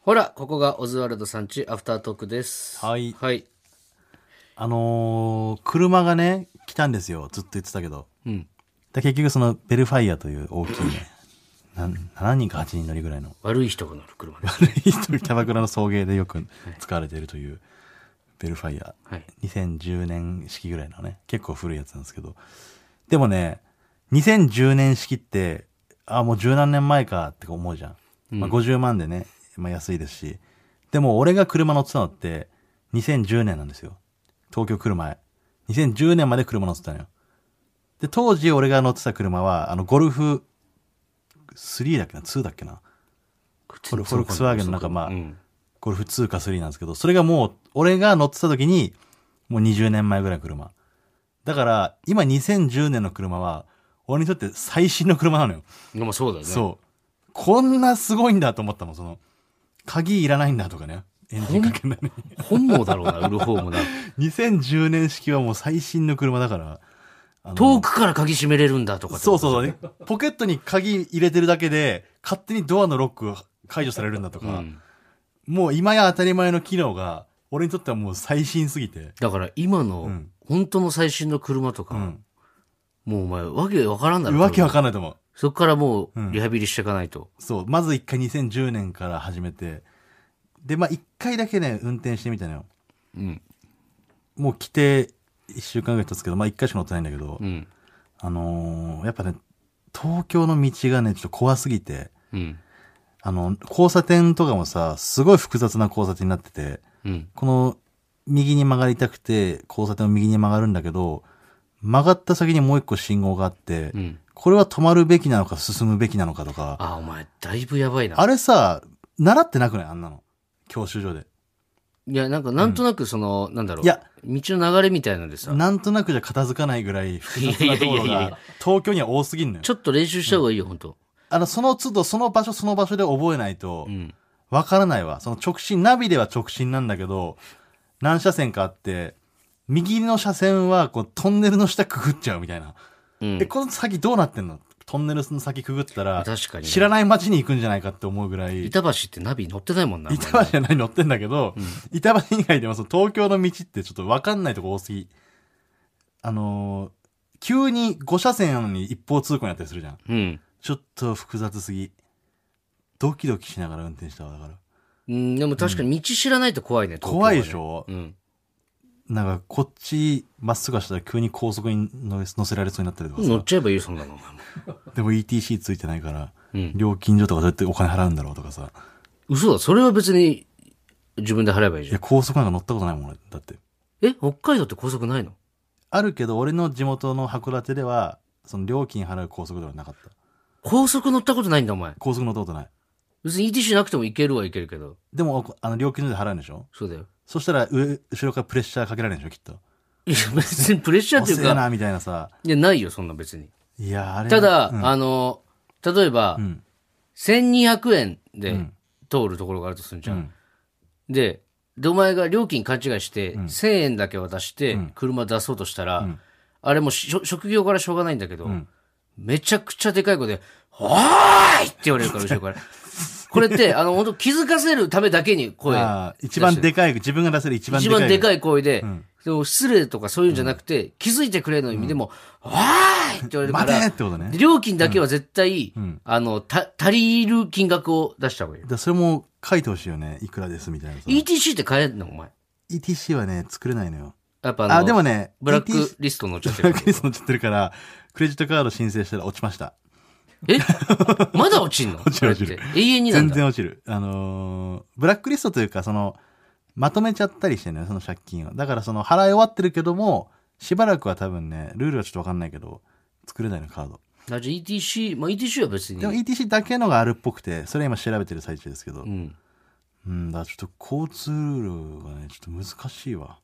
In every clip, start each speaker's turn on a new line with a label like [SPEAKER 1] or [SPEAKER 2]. [SPEAKER 1] ほら、ここがオズワルドさんち、アフタートークです。
[SPEAKER 2] はい
[SPEAKER 1] はい。
[SPEAKER 2] あのー車がね、来たんですよ。ずっと言ってたけど。
[SPEAKER 1] うん。
[SPEAKER 2] で結局そのベルファイアという大きいね、なん7人か8人乗りぐらいの、
[SPEAKER 1] 悪い人が乗る車です。
[SPEAKER 2] キャバクラの送迎でよく使われているというベルファイア。
[SPEAKER 1] はい。
[SPEAKER 2] 2010年式ぐらいのね、結構古いやつなんですけど。でもね、2010年式って、あ、もう十何年前かって思うじゃん。まあ、50万でね、まあ、安いですし。でも俺が車乗ってたのって、2010年なんですよ。東京来る前。2010年まで車乗ってたのよ。で、当時俺が乗ってた車は、あの、ゴルフ3だっけな ?2 だっけなフォルフォルクスワーゲンの中まあ
[SPEAKER 1] うん。
[SPEAKER 2] これ普通か3なんですけど、それがもう、俺が乗ってた時に、もう20年前ぐらいの車。だから、今2010年の車は、俺にとって最新の車なのよ。
[SPEAKER 1] まあそうだよね。
[SPEAKER 2] そう。こんなすごいんだと思ったもん、その、鍵いらないんだとかね。エンジンかけないのに。
[SPEAKER 1] 本能だろうな、売る方もな。
[SPEAKER 2] 2010年式はもう最新の車だから。 あの
[SPEAKER 1] 遠くから鍵閉めれるんだとかって
[SPEAKER 2] そ
[SPEAKER 1] こ
[SPEAKER 2] う
[SPEAKER 1] と
[SPEAKER 2] そうそう。ポケットに鍵入れてるだけで、勝手にドアのロックが解除されるんだとか、
[SPEAKER 1] うん。
[SPEAKER 2] もう今や当たり前の機能が、俺にとってはもう最新すぎて。
[SPEAKER 1] だから今の、
[SPEAKER 2] ん
[SPEAKER 1] 本当の最新の車とか、
[SPEAKER 2] うん。
[SPEAKER 1] もうお前、わけわからんだろ。
[SPEAKER 2] わけわ
[SPEAKER 1] ん
[SPEAKER 2] かんないと思う。
[SPEAKER 1] そこからも
[SPEAKER 2] う
[SPEAKER 1] うんリハビリしていかないと。
[SPEAKER 2] そう。まず一回2010年から始めて。で、まあ一回だけね、運転してみたのよ。
[SPEAKER 1] うん。
[SPEAKER 2] もう来て一週間ぐらい経つけど、まあ一回しか乗ってないんだけど、
[SPEAKER 1] うん。
[SPEAKER 2] あのーやっぱね、東京の道がね、ちょっと怖すぎて、
[SPEAKER 1] うん。
[SPEAKER 2] あの、交差点とかもさ、すごい複雑な交差点になってて、
[SPEAKER 1] うん。
[SPEAKER 2] この、右に曲がりたくて、交差点を右に曲がるんだけど、曲がった先にもう一個信号があって、
[SPEAKER 1] うん。
[SPEAKER 2] これは止まるべきなのか進むべきなのかとか、
[SPEAKER 1] あ、お前、だいぶやばいな。
[SPEAKER 2] あれさ、習ってなくないあんなの。教習所で。
[SPEAKER 1] いや、なんか、なんとなく、その、なんだろう。
[SPEAKER 2] いや
[SPEAKER 1] 道の流れみたいなんでさ、
[SPEAKER 2] なんとなくじゃ片付かないぐらい複 雑な道路
[SPEAKER 1] いやいやいやいや
[SPEAKER 2] が東京には多すぎんのよ
[SPEAKER 1] ち。ょっと練習した方がいいよ、本当
[SPEAKER 2] あの、その都度、その場所、その場所で覚えないと
[SPEAKER 1] う、ん。
[SPEAKER 2] わからないわ。その直進、ナビでは直進なんだけど、何車線かあって、右の車線は、こう、トンネルの下くぐっちゃうみたいな。
[SPEAKER 1] うん
[SPEAKER 2] え、。この先どうなってんのトンネルの先くぐったら、
[SPEAKER 1] 確かにね
[SPEAKER 2] 知らない街に行くんじゃないかって思うぐらい。
[SPEAKER 1] 板橋ってナビ乗ってないもんな。
[SPEAKER 2] 板橋じゃない乗ってんだけど、板橋以外でもその東京の道ってちょっと分かんないとこ多すぎ。あのー急に5車線なのに一方通行になったりするじゃん。
[SPEAKER 1] うん。
[SPEAKER 2] ちょっと複雑すぎ。ドキドキしながら運転したわ、だから。
[SPEAKER 1] うん、でも確かに道知らないと怖いね、東京は
[SPEAKER 2] 怖
[SPEAKER 1] ね
[SPEAKER 2] いでしょ、
[SPEAKER 1] うん。
[SPEAKER 2] なんかこっちまっすぐ走ったら急に高速に乗せ乗せられそうになったりとか
[SPEAKER 1] 乗っ
[SPEAKER 2] さ。
[SPEAKER 1] ちゃえばいいよ、そんなの。お前も
[SPEAKER 2] でも ETC ついてないから、
[SPEAKER 1] うん
[SPEAKER 2] 料金所とかどうやってお金払うんだろうとかさ。
[SPEAKER 1] 嘘だ、それは別に自分で払えばいい
[SPEAKER 2] い
[SPEAKER 1] じゃ
[SPEAKER 2] や、
[SPEAKER 1] ん。
[SPEAKER 2] 高速なんか乗ったことないもん、俺だって。
[SPEAKER 1] え、北海道って高速ないの
[SPEAKER 2] あるけど、俺の地元の函館では、その料金払う高速ではなかった。
[SPEAKER 1] 高速乗ったことないんだ、お前。
[SPEAKER 2] 高速乗ったことない。
[SPEAKER 1] 別に ETC なくても行けるは行けるけど。
[SPEAKER 2] でも、あの、料金所で払うんでしょ
[SPEAKER 1] そうだよ。
[SPEAKER 2] そしたら、上、後ろからプレッシャーかけられるんでしょきっと。
[SPEAKER 1] いや、別にプレッシャーっていう
[SPEAKER 2] 遅え
[SPEAKER 1] か、
[SPEAKER 2] な、みたいなさ。
[SPEAKER 1] いや、ないよ、そんな別に。
[SPEAKER 2] いや、あれ。
[SPEAKER 1] ただ、
[SPEAKER 2] うん
[SPEAKER 1] あの、例えば、
[SPEAKER 2] うん。
[SPEAKER 1] 1200円で
[SPEAKER 2] うん
[SPEAKER 1] 通るところがあるとするじ
[SPEAKER 2] う
[SPEAKER 1] ゃん。
[SPEAKER 2] ん。
[SPEAKER 1] で、で、お前が料金勘違いして、
[SPEAKER 2] ん
[SPEAKER 1] 1000円だけ渡して
[SPEAKER 2] ん、
[SPEAKER 1] 車出そうとしたら、
[SPEAKER 2] ん
[SPEAKER 1] あれもうしょ職業からしょうがないんだけど、
[SPEAKER 2] ん
[SPEAKER 1] めちゃくちゃでかい声で、おーいって言われるから、後ろ から。これって、あの、本当気づかせるためだけに声、
[SPEAKER 2] あー一番でかい、自分が出せる一番で
[SPEAKER 1] 一
[SPEAKER 2] かい。
[SPEAKER 1] 番で
[SPEAKER 2] い。
[SPEAKER 1] かい声で、でも失礼とかそういうんじゃなくて、気づいてくれの意味でも、おーいって言われるか
[SPEAKER 2] 待て
[SPEAKER 1] ら
[SPEAKER 2] っ、てことね。
[SPEAKER 1] で
[SPEAKER 2] だか
[SPEAKER 1] 料金だけは絶対、
[SPEAKER 2] ん
[SPEAKER 1] あの、た、足りる金額を出した方がいいよ。
[SPEAKER 2] らそれも書いてほしいよね。いくらです、みたいなさ。
[SPEAKER 1] ETC って買えんのお前。
[SPEAKER 2] ETC はね、作れないのよ。
[SPEAKER 1] やっぱあの、
[SPEAKER 2] あ、でもね、
[SPEAKER 1] ブラック
[SPEAKER 2] ETC
[SPEAKER 1] リストに乗っちゃって
[SPEAKER 2] ブラ
[SPEAKER 1] る
[SPEAKER 2] ッ。クリスト乗っちゃってるから、クレジットカード申請したら落ちました。
[SPEAKER 1] えまだ落ちんの
[SPEAKER 2] ちる 落ちる
[SPEAKER 1] これって永遠になん
[SPEAKER 2] 全
[SPEAKER 1] だ。
[SPEAKER 2] 然落ちる。あのーブラックリストというか、その、まとめちゃったりしてね、その借金を。だからその、払い終わってるけども、しばらくは多分ね、ルールはちょっとわかんないけど、作れないの、カード。
[SPEAKER 1] あじゃあ ETC、まあ ETC は別
[SPEAKER 2] でも
[SPEAKER 1] に。
[SPEAKER 2] ETC だけのがあるっぽくて、それ今調べてる最中ですけど
[SPEAKER 1] う。ん。
[SPEAKER 2] うん、だからちょっと交通ルールがね、ちょっと難しいわ。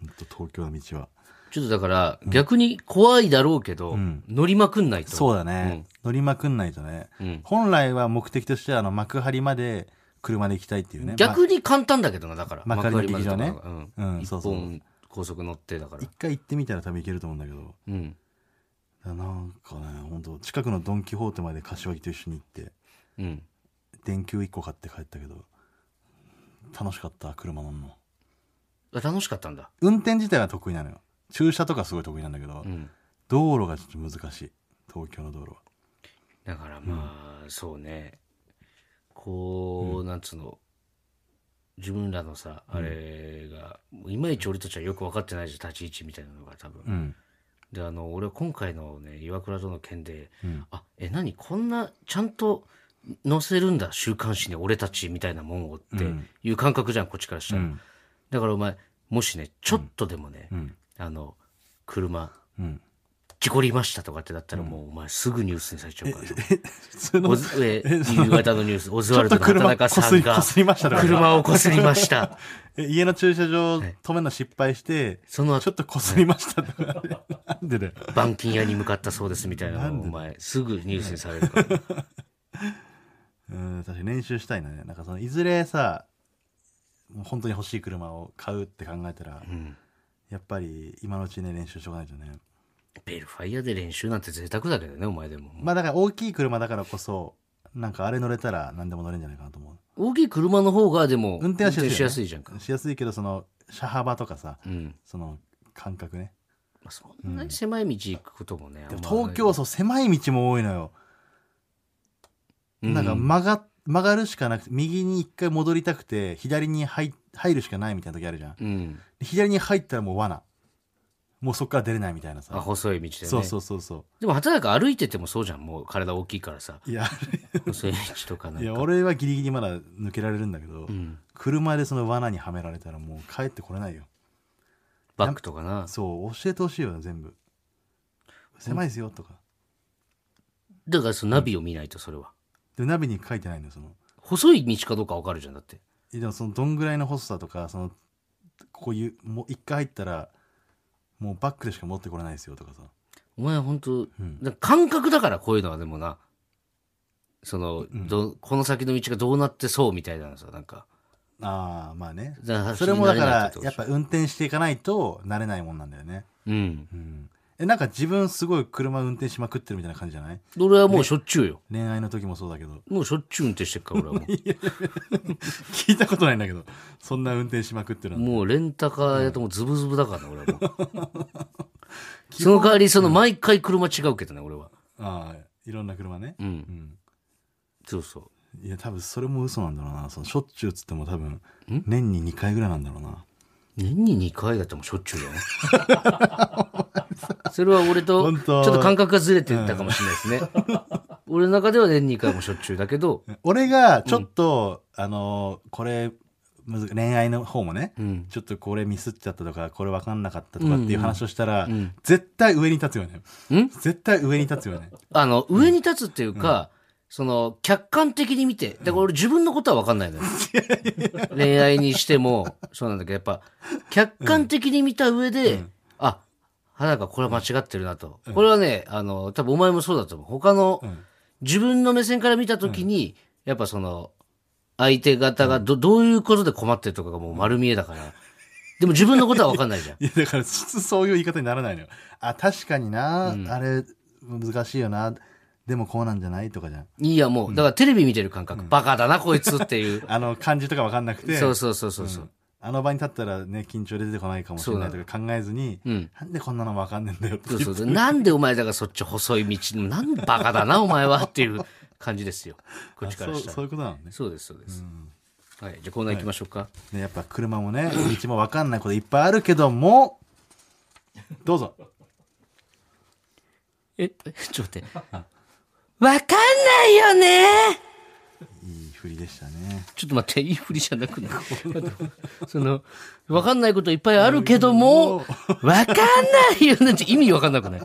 [SPEAKER 2] ほんと東京の道は。
[SPEAKER 1] ちょっとだから、逆に怖いだろうけど、
[SPEAKER 2] ん
[SPEAKER 1] 乗りまくんないと。
[SPEAKER 2] そうだね。乗りまくんないとね。
[SPEAKER 1] うん
[SPEAKER 2] 本来は目的としては、あの、幕張まで車で行きたいっていうね。まあ
[SPEAKER 1] 逆に簡単だけどな、だから。
[SPEAKER 2] 幕張の劇場
[SPEAKER 1] 幕張まで
[SPEAKER 2] ね
[SPEAKER 1] とかが
[SPEAKER 2] う
[SPEAKER 1] うん。
[SPEAKER 2] ん
[SPEAKER 1] 一
[SPEAKER 2] そうそう
[SPEAKER 1] 本高速乗ってだから
[SPEAKER 2] 一。回行ってみたら多分行けると思うんだけど。
[SPEAKER 1] うん。
[SPEAKER 2] だからなんかね、本当近くのドン・キホーテまで柏木と一緒に行って、
[SPEAKER 1] うん。
[SPEAKER 2] 電球1個買って帰ったけど、楽しかった、車乗んの。
[SPEAKER 1] あ楽しかったんだ。
[SPEAKER 2] 運転自体は得意なのよ。駐車とかすごい得意なんだけど、
[SPEAKER 1] うん。
[SPEAKER 2] 道路がちょっと難しい。東京の道路は。
[SPEAKER 1] だからまあ、そうね。こう、なんつうの。自分らのさ、あれが、もういまいち俺たちはよく分かってないじゃん、立ち位置みたいなのが多分。
[SPEAKER 2] うん。
[SPEAKER 1] で、あの、俺は今回のね、岩倉との件で、
[SPEAKER 2] うん
[SPEAKER 1] あ、え、何こんな、ちゃんと載せるんだ、週刊誌に俺たちみたいなもんをって
[SPEAKER 2] うん
[SPEAKER 1] いう感覚じゃん、こっちからした
[SPEAKER 2] う
[SPEAKER 1] ら。
[SPEAKER 2] ん。
[SPEAKER 1] だからお前、もしね、ちょっとでもね、
[SPEAKER 2] うん。
[SPEAKER 1] あの、車、
[SPEAKER 2] うん。
[SPEAKER 1] 事故りましたとかってだったら、もうお前すぐニュースにされちゃうから。
[SPEAKER 2] 普通の
[SPEAKER 1] オズえ夕方のニュース、オズワルドの
[SPEAKER 2] ちょっと
[SPEAKER 1] 畑
[SPEAKER 2] 車
[SPEAKER 1] 中さんが
[SPEAKER 2] こすりこすりましたね
[SPEAKER 1] 車をこすりました。
[SPEAKER 2] え家の駐車場止めるの失敗して、
[SPEAKER 1] その
[SPEAKER 2] ちょ
[SPEAKER 1] 後
[SPEAKER 2] っ、とこすりましたとか、 なんでだよ。
[SPEAKER 1] 板金屋に向かったそうですみたいなのをお前、すぐニュースにされる から。
[SPEAKER 2] うん、確かに練習したいなね。なんかその、いずれさ、もう本当に欲しい車を買うって考えたら、
[SPEAKER 1] うん
[SPEAKER 2] やっぱり今のうちね、練習しとかないとね。
[SPEAKER 1] ベルファイアで練習なんて贅沢だけどね、お前でも。
[SPEAKER 2] まあだから大きい車だからこそ、なんかあれ乗れたら何でも乗れるんじゃないかなと思う。
[SPEAKER 1] 大きい車の方がでも、
[SPEAKER 2] 運転はしやすいよね
[SPEAKER 1] しやすいじゃんか。
[SPEAKER 2] しやすいけど、その、車幅とかさ、
[SPEAKER 1] うん。
[SPEAKER 2] その、感覚ね。
[SPEAKER 1] まあ、そんなに狭い道行くこともね、
[SPEAKER 2] でも
[SPEAKER 1] あんま
[SPEAKER 2] 東京はそう、狭い道も多いのよ。
[SPEAKER 1] うん
[SPEAKER 2] なんか曲が、曲がるしかなくて、右に一回戻りたくて、左に入入るしかないみたいな時あるじゃん。
[SPEAKER 1] うん。
[SPEAKER 2] 左に入ったらもう罠。もうそっから出れないみたいな
[SPEAKER 1] あ、
[SPEAKER 2] さ。
[SPEAKER 1] 細い道でね。
[SPEAKER 2] そうそうそうそ
[SPEAKER 1] でも畑中歩いててもそうじゃん。もう体大きいから さ。
[SPEAKER 2] う。いや、
[SPEAKER 1] 細い道とかなん
[SPEAKER 2] いや、
[SPEAKER 1] か。
[SPEAKER 2] 俺はギリギリまだ抜けられるんだけど、
[SPEAKER 1] うん。
[SPEAKER 2] 車でその罠にはめられたらもう帰ってこれないよ。
[SPEAKER 1] バックとかな。
[SPEAKER 2] そう、教えてほしいよね、全部。狭いですよ、とか。
[SPEAKER 1] だからそのナビを見ないとそれは。
[SPEAKER 2] で、ナビに書いてないのよ、その。
[SPEAKER 1] 細い道かどうかわかるじゃん。だって。
[SPEAKER 2] えでもその、どんぐらいの細さとか、その、こういう、もう一回入ったら、もうバックでしか持ってこれないですよ、とかさ。
[SPEAKER 1] お前は本当、
[SPEAKER 2] ん
[SPEAKER 1] なんか感覚だからこういうのはでもな。その、どこの先の道がどうなってそうみたいなのさ、なんか。
[SPEAKER 2] ああ、まあね。
[SPEAKER 1] だから
[SPEAKER 2] それもだか
[SPEAKER 1] 走り慣れない
[SPEAKER 2] ら
[SPEAKER 1] てこ、と
[SPEAKER 2] やっぱ運転していかないと、慣れないもんなんだよね。
[SPEAKER 1] うん。
[SPEAKER 2] うん。え、なんか自分すごい車運転しまくってるみたいな感じじゃない
[SPEAKER 1] 俺はもうしょっちゅうよ。
[SPEAKER 2] 恋愛の時もそうだけど。
[SPEAKER 1] もうしょっちゅう運転してるから、俺はも
[SPEAKER 2] 聞いたことないんだけど。そんな運転しまくってる
[SPEAKER 1] う。
[SPEAKER 2] の。
[SPEAKER 1] もうレンタカーやともうズブズブだからな、俺はもう。 その代わり、その毎回車違うけどね、俺は。
[SPEAKER 2] ああ、いろんな車ね。
[SPEAKER 1] う。
[SPEAKER 2] うんん。
[SPEAKER 1] そうそう。
[SPEAKER 2] いや、多分それも嘘なんだろうな。そのしょっちゅうっつっても多分、年に2回ぐらいなんだろうな。
[SPEAKER 1] 年に2回だってもうしょっちゅう だよね。それは俺と、
[SPEAKER 2] 本
[SPEAKER 1] ち
[SPEAKER 2] 当
[SPEAKER 1] ょっと感覚がずれてたかもしれないです ね。俺の中では年に2回もしょっちゅうだけど、
[SPEAKER 2] 俺が、ちょっと、あのーこれ、むず恋愛の方もね、
[SPEAKER 1] うん。
[SPEAKER 2] ちょっとこれミスっちゃったとか、これ分かんなかったとかっていう話をしたら、
[SPEAKER 1] うんうんうん
[SPEAKER 2] 絶対上に立つよね。
[SPEAKER 1] ん
[SPEAKER 2] 絶対上に立つよね。
[SPEAKER 1] あの、上に立つっていうか、その、客観的に見て、だから俺自分のことは分かん ないのよ。恋愛にしても、そうなんだけど、やっぱ、客観的に見た上で、あ、花かこれは間違ってるなと。これはね、あの、多分お前もそうだと思う。他の、
[SPEAKER 2] ん
[SPEAKER 1] 自分の目線から見たときに、やっぱその、相手方がど、どういうことで困ってるとかがもう丸見えだから。でも自分のことは分かんないじゃん。
[SPEAKER 2] いや、だから、そういう言い方にならないのよ。あ、確かにな、あれ、難しいよな、でもこうなんじゃないとかじゃん。
[SPEAKER 1] いや、もう、だからテレビ見てる感覚、バカだな、こいつって いう。
[SPEAKER 2] あの、漢字とか分かんなくて、
[SPEAKER 1] そうそうそうそうそう。
[SPEAKER 2] あの場に立ったらね、緊張で出てこないかもしれないとか考えずに、
[SPEAKER 1] うん
[SPEAKER 2] なんでこんなの分かんねえんだよって
[SPEAKER 1] そうそう。なんでお前だからそっち細い道の、なんバカだな、お前はっていう感じです よ。こっちか
[SPEAKER 2] そう
[SPEAKER 1] らした
[SPEAKER 2] そ
[SPEAKER 1] ら。
[SPEAKER 2] ういうことなのね
[SPEAKER 1] そうです、そうです。はい。じゃあコーナー行きましょうか。
[SPEAKER 2] ね。やっぱ車もね、道も分かんないこといっぱいあるけども、どうぞ。
[SPEAKER 1] え、えちょっと待って。わかんないよね
[SPEAKER 2] いい振りでしたね。
[SPEAKER 1] ちょっと待って、いいふりじゃなく なる。その、わかんないこといっぱいあるけども、わかんないよねって意味わかんなくない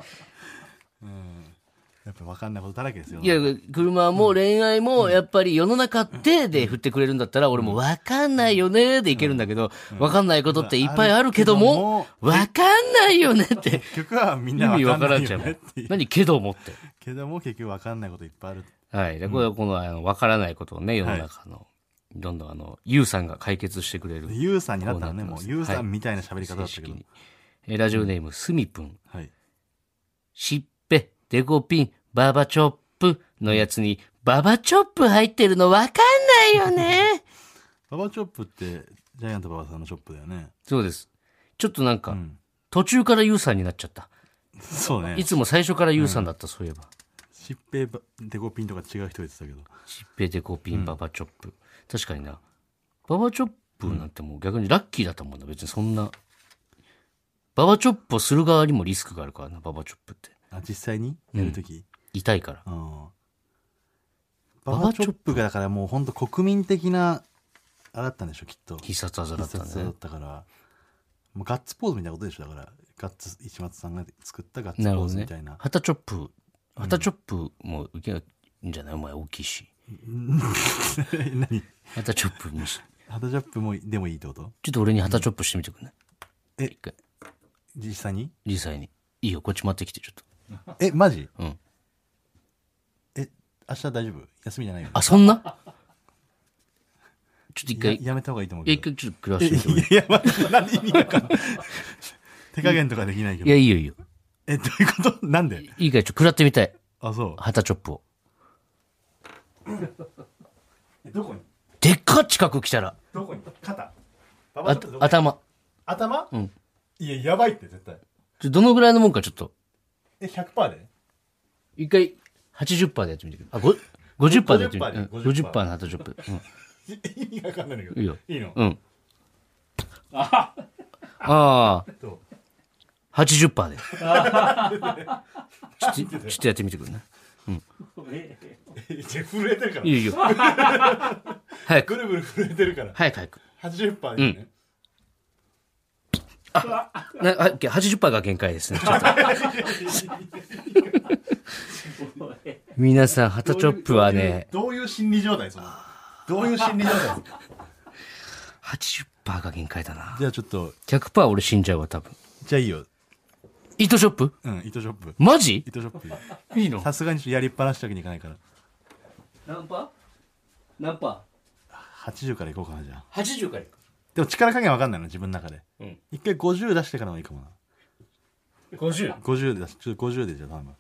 [SPEAKER 2] やっぱ分かんないことだらけですよ。
[SPEAKER 1] いや、車も恋愛も、やっぱり世の中ってで振ってくれるんだったら、俺もわかんないよねでいけるんだけど、わかんないことっていっぱいあるけども、わかんないよねって、
[SPEAKER 2] 結局はみん
[SPEAKER 1] 意
[SPEAKER 2] な
[SPEAKER 1] 味わ
[SPEAKER 2] 分
[SPEAKER 1] か
[SPEAKER 2] かんな
[SPEAKER 1] ら
[SPEAKER 2] い
[SPEAKER 1] んじゃ
[SPEAKER 2] よ
[SPEAKER 1] ん
[SPEAKER 2] ねってい。う。
[SPEAKER 1] 何けどもって。
[SPEAKER 2] けども結局分かんないこといっぱいある。
[SPEAKER 1] はい。で、これはこの、あの、わからないことをね、世の中の、どんどんあの、ゆうさんが解決してくれる。
[SPEAKER 2] ユウさんになったらね、
[SPEAKER 1] こうな
[SPEAKER 2] も
[SPEAKER 1] っ
[SPEAKER 2] う
[SPEAKER 1] てます
[SPEAKER 2] ユウさんみたいな喋り
[SPEAKER 1] 正
[SPEAKER 2] 方だったけ
[SPEAKER 1] 式
[SPEAKER 2] ど。
[SPEAKER 1] に。えラジオネーム、すみぷん。
[SPEAKER 2] はい。
[SPEAKER 1] しっぺ、デコピン、ババチョップのやつに、ババチョップ入ってるのわかんないよね。
[SPEAKER 2] ババチョップって、ジャイアントババさんのチョップだよね。
[SPEAKER 1] そうです。ちょっとなんか、
[SPEAKER 2] うん。
[SPEAKER 1] 途中からユウさんになっちゃった。
[SPEAKER 2] そうね
[SPEAKER 1] い。つも最初からユウさんだった、そういえば。
[SPEAKER 2] 疾病デコピンとか違う人言ってたけど。
[SPEAKER 1] 疾病でコピン、ババチョップ。確かにな。ババチョップなんてもう逆にラッキーだったもんな、別にそんな。ババチョップをする側にもリスクがあるからな、ババチョップって。
[SPEAKER 2] あ、実際にやるとき、
[SPEAKER 1] 痛いから。
[SPEAKER 2] うん
[SPEAKER 1] バ
[SPEAKER 2] バ
[SPEAKER 1] バ
[SPEAKER 2] バ
[SPEAKER 1] チョ
[SPEAKER 2] チ
[SPEAKER 1] ップ
[SPEAKER 2] ョップがだからもう本当国民的な、あれだったんでしょ、きっと。
[SPEAKER 1] 必殺技だった
[SPEAKER 2] 必殺技だ
[SPEAKER 1] ね
[SPEAKER 2] っ。たから、もうガッツポーズみたいなことでしょ、だから。ガッツ、市松さんが作ったガッツポーズみたいな。
[SPEAKER 1] ハタチョップ、ハタチョップもいけるんじゃないお前大きいし。
[SPEAKER 2] 何
[SPEAKER 1] ハタチョップもし。
[SPEAKER 2] 肌チョップもでもいいってこと
[SPEAKER 1] ちょっと俺にハタチョップしてみてくんない、
[SPEAKER 2] え
[SPEAKER 1] 一回
[SPEAKER 2] 実際に
[SPEAKER 1] 実際に。いいよ、こっち待ってきて、ちょっと。
[SPEAKER 2] え、マジ
[SPEAKER 1] うん
[SPEAKER 2] え、明日大丈夫休みじゃないよね
[SPEAKER 1] あ、そんな ちょっと一
[SPEAKER 2] や
[SPEAKER 1] 回、
[SPEAKER 2] やめた方がいいと思う
[SPEAKER 1] え
[SPEAKER 2] け
[SPEAKER 1] 一
[SPEAKER 2] ど。
[SPEAKER 1] 回ちょっと食らわせてみてもいい
[SPEAKER 2] いや、まあ、何意味わか んない手加減とかできないけ
[SPEAKER 1] い
[SPEAKER 2] ど。
[SPEAKER 1] や、いいよいいよ。
[SPEAKER 2] え、どういうこと なんで
[SPEAKER 1] いいからちょっと食らってみたい。
[SPEAKER 2] あ、そう。
[SPEAKER 1] ハタチョップを。
[SPEAKER 2] えどこに
[SPEAKER 1] でっか近く来たら。
[SPEAKER 2] どこに肩バ
[SPEAKER 1] あ
[SPEAKER 2] チョップどこに
[SPEAKER 1] 頭。
[SPEAKER 2] 頭
[SPEAKER 1] うん。
[SPEAKER 2] いや、やばいって絶対。
[SPEAKER 1] ちょどのぐらいのもんかちょっと。
[SPEAKER 2] え、100%で
[SPEAKER 1] 一回、80%でやってみてくれ。あ、ご50%でやってみて。
[SPEAKER 2] 50%で
[SPEAKER 1] うん50%のハタチョップ。うん
[SPEAKER 2] え意味がわかんないんだけど。
[SPEAKER 1] いいよ
[SPEAKER 2] いいの
[SPEAKER 1] うん。ああ。
[SPEAKER 2] ど
[SPEAKER 1] 80%で。 ちょっと、ちょっとやってみてくれね。
[SPEAKER 2] ういや震えてるから
[SPEAKER 1] いい。よいいよ。早く、
[SPEAKER 2] ぐるぐる震えてるから。
[SPEAKER 1] 早く早く。
[SPEAKER 2] 80%でいい ね。
[SPEAKER 1] なは80%が限界ですね。ちょっと皆さん、ハタチョップはね、
[SPEAKER 2] どういう心理状態そのどういう心理状態ですか
[SPEAKER 1] 80%が限界だな。
[SPEAKER 2] じゃあちょっと、
[SPEAKER 1] 100%俺死んじゃうわ、多分。
[SPEAKER 2] じゃあいいよ。
[SPEAKER 1] イートショップ
[SPEAKER 2] うん、糸ショッ プ。
[SPEAKER 1] マジ
[SPEAKER 2] 糸ショップいい。
[SPEAKER 1] いいの
[SPEAKER 2] さすがにちょっとやりっぱなしだけにいかないから。
[SPEAKER 1] 何パー何パ
[SPEAKER 2] 80からいこうかな、じゃあ。
[SPEAKER 1] ー ?80 からいく。
[SPEAKER 2] でも力加減わかんないの、自分の中で。
[SPEAKER 1] うん
[SPEAKER 2] 一回50出してからの方がいいかもな。
[SPEAKER 1] 50。
[SPEAKER 2] 50で出し、ちょっと50でじゃあ頼む。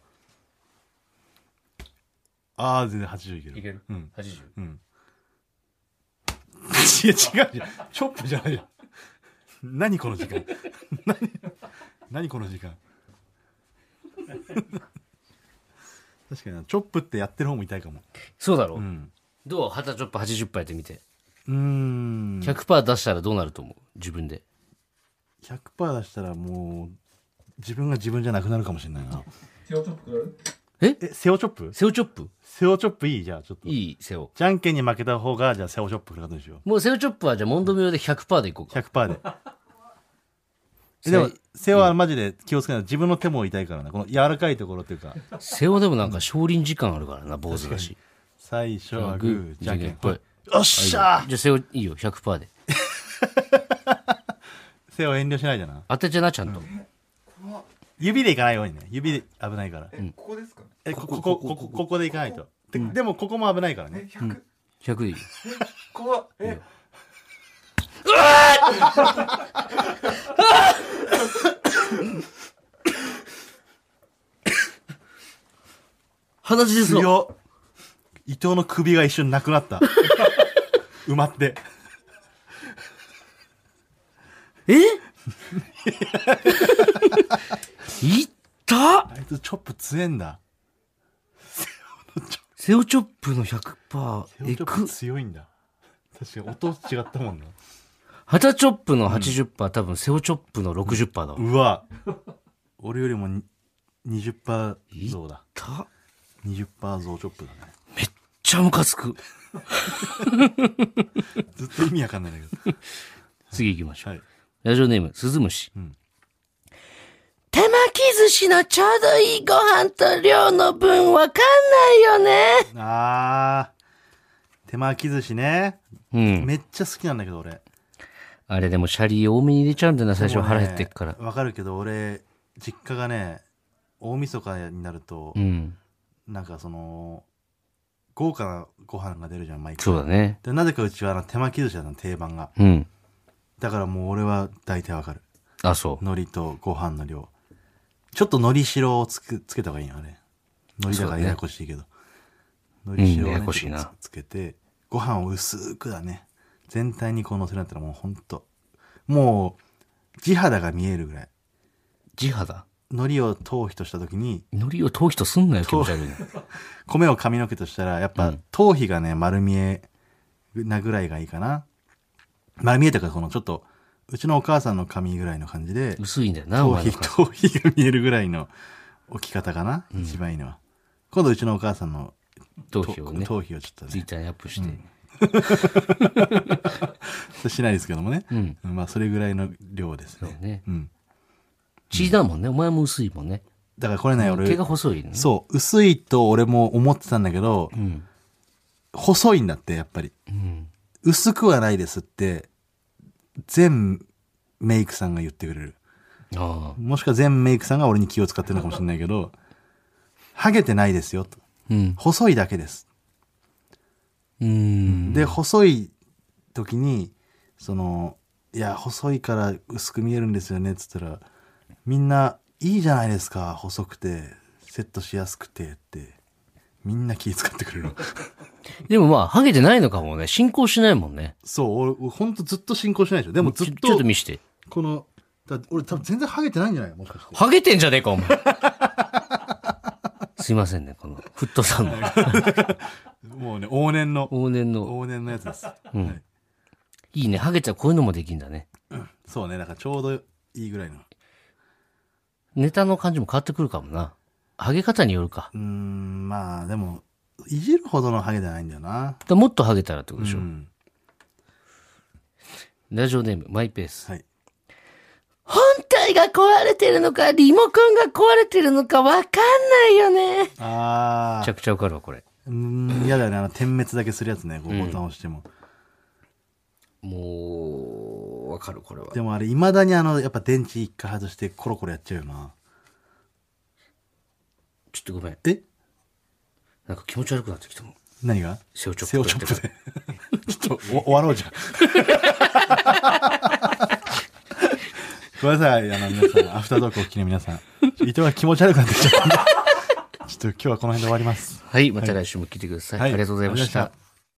[SPEAKER 2] あー、全然80いける。
[SPEAKER 1] いける
[SPEAKER 2] うん。
[SPEAKER 1] 80。
[SPEAKER 2] うん。 いや、違うじゃん。チョップじゃないじゃん。何この時間。 何、何この時間。 確かにな、チョップってやってる方も痛いかも。
[SPEAKER 1] そうだろう、
[SPEAKER 2] うん。
[SPEAKER 1] どうハタチョップ80%やってみて。
[SPEAKER 2] うーん。
[SPEAKER 1] 100%出したらどうなると思う自分で。
[SPEAKER 2] 100%出したらもう、自分が自分じゃなくなるかもしれないな。え、セオチョップ
[SPEAKER 1] セオチョップ
[SPEAKER 2] セオチョップいいじゃあ、ちょっと。
[SPEAKER 1] いいセオ。
[SPEAKER 2] じゃんけんに負けた方が、じゃあセオチョップ振ることにしよう。
[SPEAKER 1] もうセオチョップはじゃあ問答無用で100%でいこうか。
[SPEAKER 2] 100%で。
[SPEAKER 1] せ
[SPEAKER 2] えでも、背はマジで気をつけない。自分の手も痛いからな。この柔らかいところっていうか、
[SPEAKER 1] セオでもなんか少林時間あるからな、坊主だし。
[SPEAKER 2] 最初はグー、じゃんけん
[SPEAKER 1] ぽ
[SPEAKER 2] ぽ
[SPEAKER 1] い
[SPEAKER 2] い。よっしゃ
[SPEAKER 1] じゃあセオいいよ、100%で。
[SPEAKER 2] ー背を遠慮しないじゃな。
[SPEAKER 1] 当てちゃな、ちゃんと。
[SPEAKER 2] 指でいかないようにね。指で危ないから。
[SPEAKER 3] え、ここですかね。
[SPEAKER 2] え、ここ、ここ、ここでいかないと。ででも、ここも危ないからね。
[SPEAKER 3] え、
[SPEAKER 1] 100
[SPEAKER 3] 百、
[SPEAKER 1] でいいよ。
[SPEAKER 3] 怖っえ、
[SPEAKER 1] 鼻血ですよ。
[SPEAKER 2] 強っ伊藤の首が一瞬なくなった。 埋まって。
[SPEAKER 1] え いった
[SPEAKER 2] あいつチョップ強えんだ。
[SPEAKER 1] セオチョップの100%
[SPEAKER 2] チ。
[SPEAKER 1] え
[SPEAKER 2] ョッ
[SPEAKER 1] く
[SPEAKER 2] プ。強いんだ。確かに音違ったもんな。
[SPEAKER 1] ハタチョップの80%、多分セオチョップの60%だわ。
[SPEAKER 2] うわ。俺よりもに20%増だ。
[SPEAKER 1] た
[SPEAKER 2] 20%増チョップだね。
[SPEAKER 1] めっちゃムカつく。
[SPEAKER 2] ずっと意味わかんないんだけど。
[SPEAKER 1] 次行きましょう。
[SPEAKER 2] はい。
[SPEAKER 1] ラジオネーム、鈴虫。
[SPEAKER 2] ん
[SPEAKER 1] 手巻き寿司のちょうどいいご飯と量の分わかんないよね。
[SPEAKER 2] あー。手巻き寿司ね。
[SPEAKER 1] うん。
[SPEAKER 2] めっちゃ好きなんだけど俺。
[SPEAKER 1] あれでもシャリ多めに入れちゃうんだよな、最初
[SPEAKER 2] でもね
[SPEAKER 1] 腹減ってっから。
[SPEAKER 2] わかるけど俺、実家がね、大晦日になると
[SPEAKER 1] う、ん。
[SPEAKER 2] なんかその、豪華なご飯が出るじゃん、毎回。
[SPEAKER 1] そうだね。
[SPEAKER 2] で、なぜかうちはあの手巻き寿司だの定番が。
[SPEAKER 1] うん。
[SPEAKER 2] だからもう俺は大体わかる。
[SPEAKER 1] あ、そう。
[SPEAKER 2] 海苔とご飯の量。ちょっと海苔白をつくつけた方がいいのあれ。海苔だからややこしいけど。海苔白
[SPEAKER 1] うん
[SPEAKER 2] を、ね
[SPEAKER 1] ややこしいな
[SPEAKER 2] ちょっとつつけて、ご飯を薄くだね。全体にこう乗せるなんてのはもうほんと、もう、地肌が見えるぐらい。
[SPEAKER 1] 地肌
[SPEAKER 2] 海苔を頭皮とした時に、
[SPEAKER 1] 海苔を頭皮とすんなよ、気持ち悪いな。
[SPEAKER 2] 米を髪の毛としたら、やっぱ頭皮がね、丸見えなぐらいがいいかな。丸見えというか、このちょっと、うちのお母さんの髪ぐらいの感じで、
[SPEAKER 1] 薄いんだよな、お
[SPEAKER 2] 頭
[SPEAKER 1] 前の
[SPEAKER 2] 皮、
[SPEAKER 1] 顔
[SPEAKER 2] 頭皮が見えるぐらいの置き方かな、一番いいのは。今度うちのお母さんの
[SPEAKER 1] 頭皮をね、
[SPEAKER 2] 頭皮をちょっと
[SPEAKER 1] ツイ
[SPEAKER 2] ね
[SPEAKER 1] ッ、ターにアップして。
[SPEAKER 2] しないですけどもね。
[SPEAKER 1] うん。
[SPEAKER 2] まあ、それぐらいの量です
[SPEAKER 1] そう
[SPEAKER 2] ね。
[SPEAKER 1] ね。
[SPEAKER 2] うん。
[SPEAKER 1] 血だもんね、お前も薄いもんね。
[SPEAKER 2] だからこれね、
[SPEAKER 1] 毛
[SPEAKER 2] 俺
[SPEAKER 1] が、細いね。
[SPEAKER 2] そう、薄いと俺も思ってたんだけど、
[SPEAKER 1] うん。
[SPEAKER 2] 細いんだって、やっぱり。
[SPEAKER 1] うん。
[SPEAKER 2] 薄くはないですって、全メイクさんが言ってくれる。
[SPEAKER 1] ああ。
[SPEAKER 2] もしくは全メイクさんが俺に気を使ってるのかもしれないけど、ハゲてないですよと。
[SPEAKER 1] うん。
[SPEAKER 2] 細いだけです。
[SPEAKER 1] うん。
[SPEAKER 2] で、細い時に、その、いや、細いから薄く見えるんですよね、っつったら、みんな、いいじゃないですか、細くて、セットしやすくて、って、みんな気使ってくれ るの。
[SPEAKER 1] でもまあ、ハゲてないのかもね。進行しないもんね。
[SPEAKER 2] そう、俺、俺ほんとずっと進行しないでしょ。でもずっ
[SPEAKER 1] ちょちょっ
[SPEAKER 2] と
[SPEAKER 1] と、見して。
[SPEAKER 2] この、だ俺多分全然ハゲてないんじゃないもしかして。
[SPEAKER 1] ハゲてんじゃねえか、お前。 すいませんね、この、フットさんの、
[SPEAKER 2] もうね、往年の、
[SPEAKER 1] 往年の。
[SPEAKER 2] 往年のやつ です。
[SPEAKER 1] うん
[SPEAKER 2] はい
[SPEAKER 1] いいね、ハゲちゃんこういうのもできんだね。
[SPEAKER 2] そうね、だからちょうどいいぐらいの。
[SPEAKER 1] ネタの感じも変わってくるかもな。ハゲ方によるか。
[SPEAKER 2] うーん、まあ、でも、いじるほどのハゲじゃないんだよな。
[SPEAKER 1] だからもっとハゲたらってことでしょ。
[SPEAKER 2] うん
[SPEAKER 1] ラジオネーム、マイペース。
[SPEAKER 2] はい。
[SPEAKER 1] 本体が壊れてるのか、リモコンが壊れてるのか、わかんないよね。め
[SPEAKER 2] あ
[SPEAKER 1] ち
[SPEAKER 2] あ
[SPEAKER 1] ゃ。くちゃわかるわ、これ。
[SPEAKER 2] うーん、嫌だよね。あの、点滅だけするやつね。こうボタン押しても。
[SPEAKER 1] もう、わかる、これは。
[SPEAKER 2] でもあれ、未だにあの、やっぱ電池一回外してコロコロやっちゃうよな。
[SPEAKER 1] ちょっとごめん。
[SPEAKER 2] え
[SPEAKER 1] なんか気持ち悪くなってきたもん。
[SPEAKER 2] 何が
[SPEAKER 1] セオチョップ
[SPEAKER 2] セオチョップで。 ちょっと、お終わろうじゃ ん。ごめんなさい、あの、皆さん、アフタートークお聞きの皆さん。伊藤が気 持ち悪くなってきちゃったんで。ちょっと今日はこの辺で終わります。
[SPEAKER 1] はい、また来週も聞いてください。
[SPEAKER 2] はい
[SPEAKER 1] ありがとうございま
[SPEAKER 2] ありがとうございまし
[SPEAKER 1] し
[SPEAKER 2] た
[SPEAKER 1] た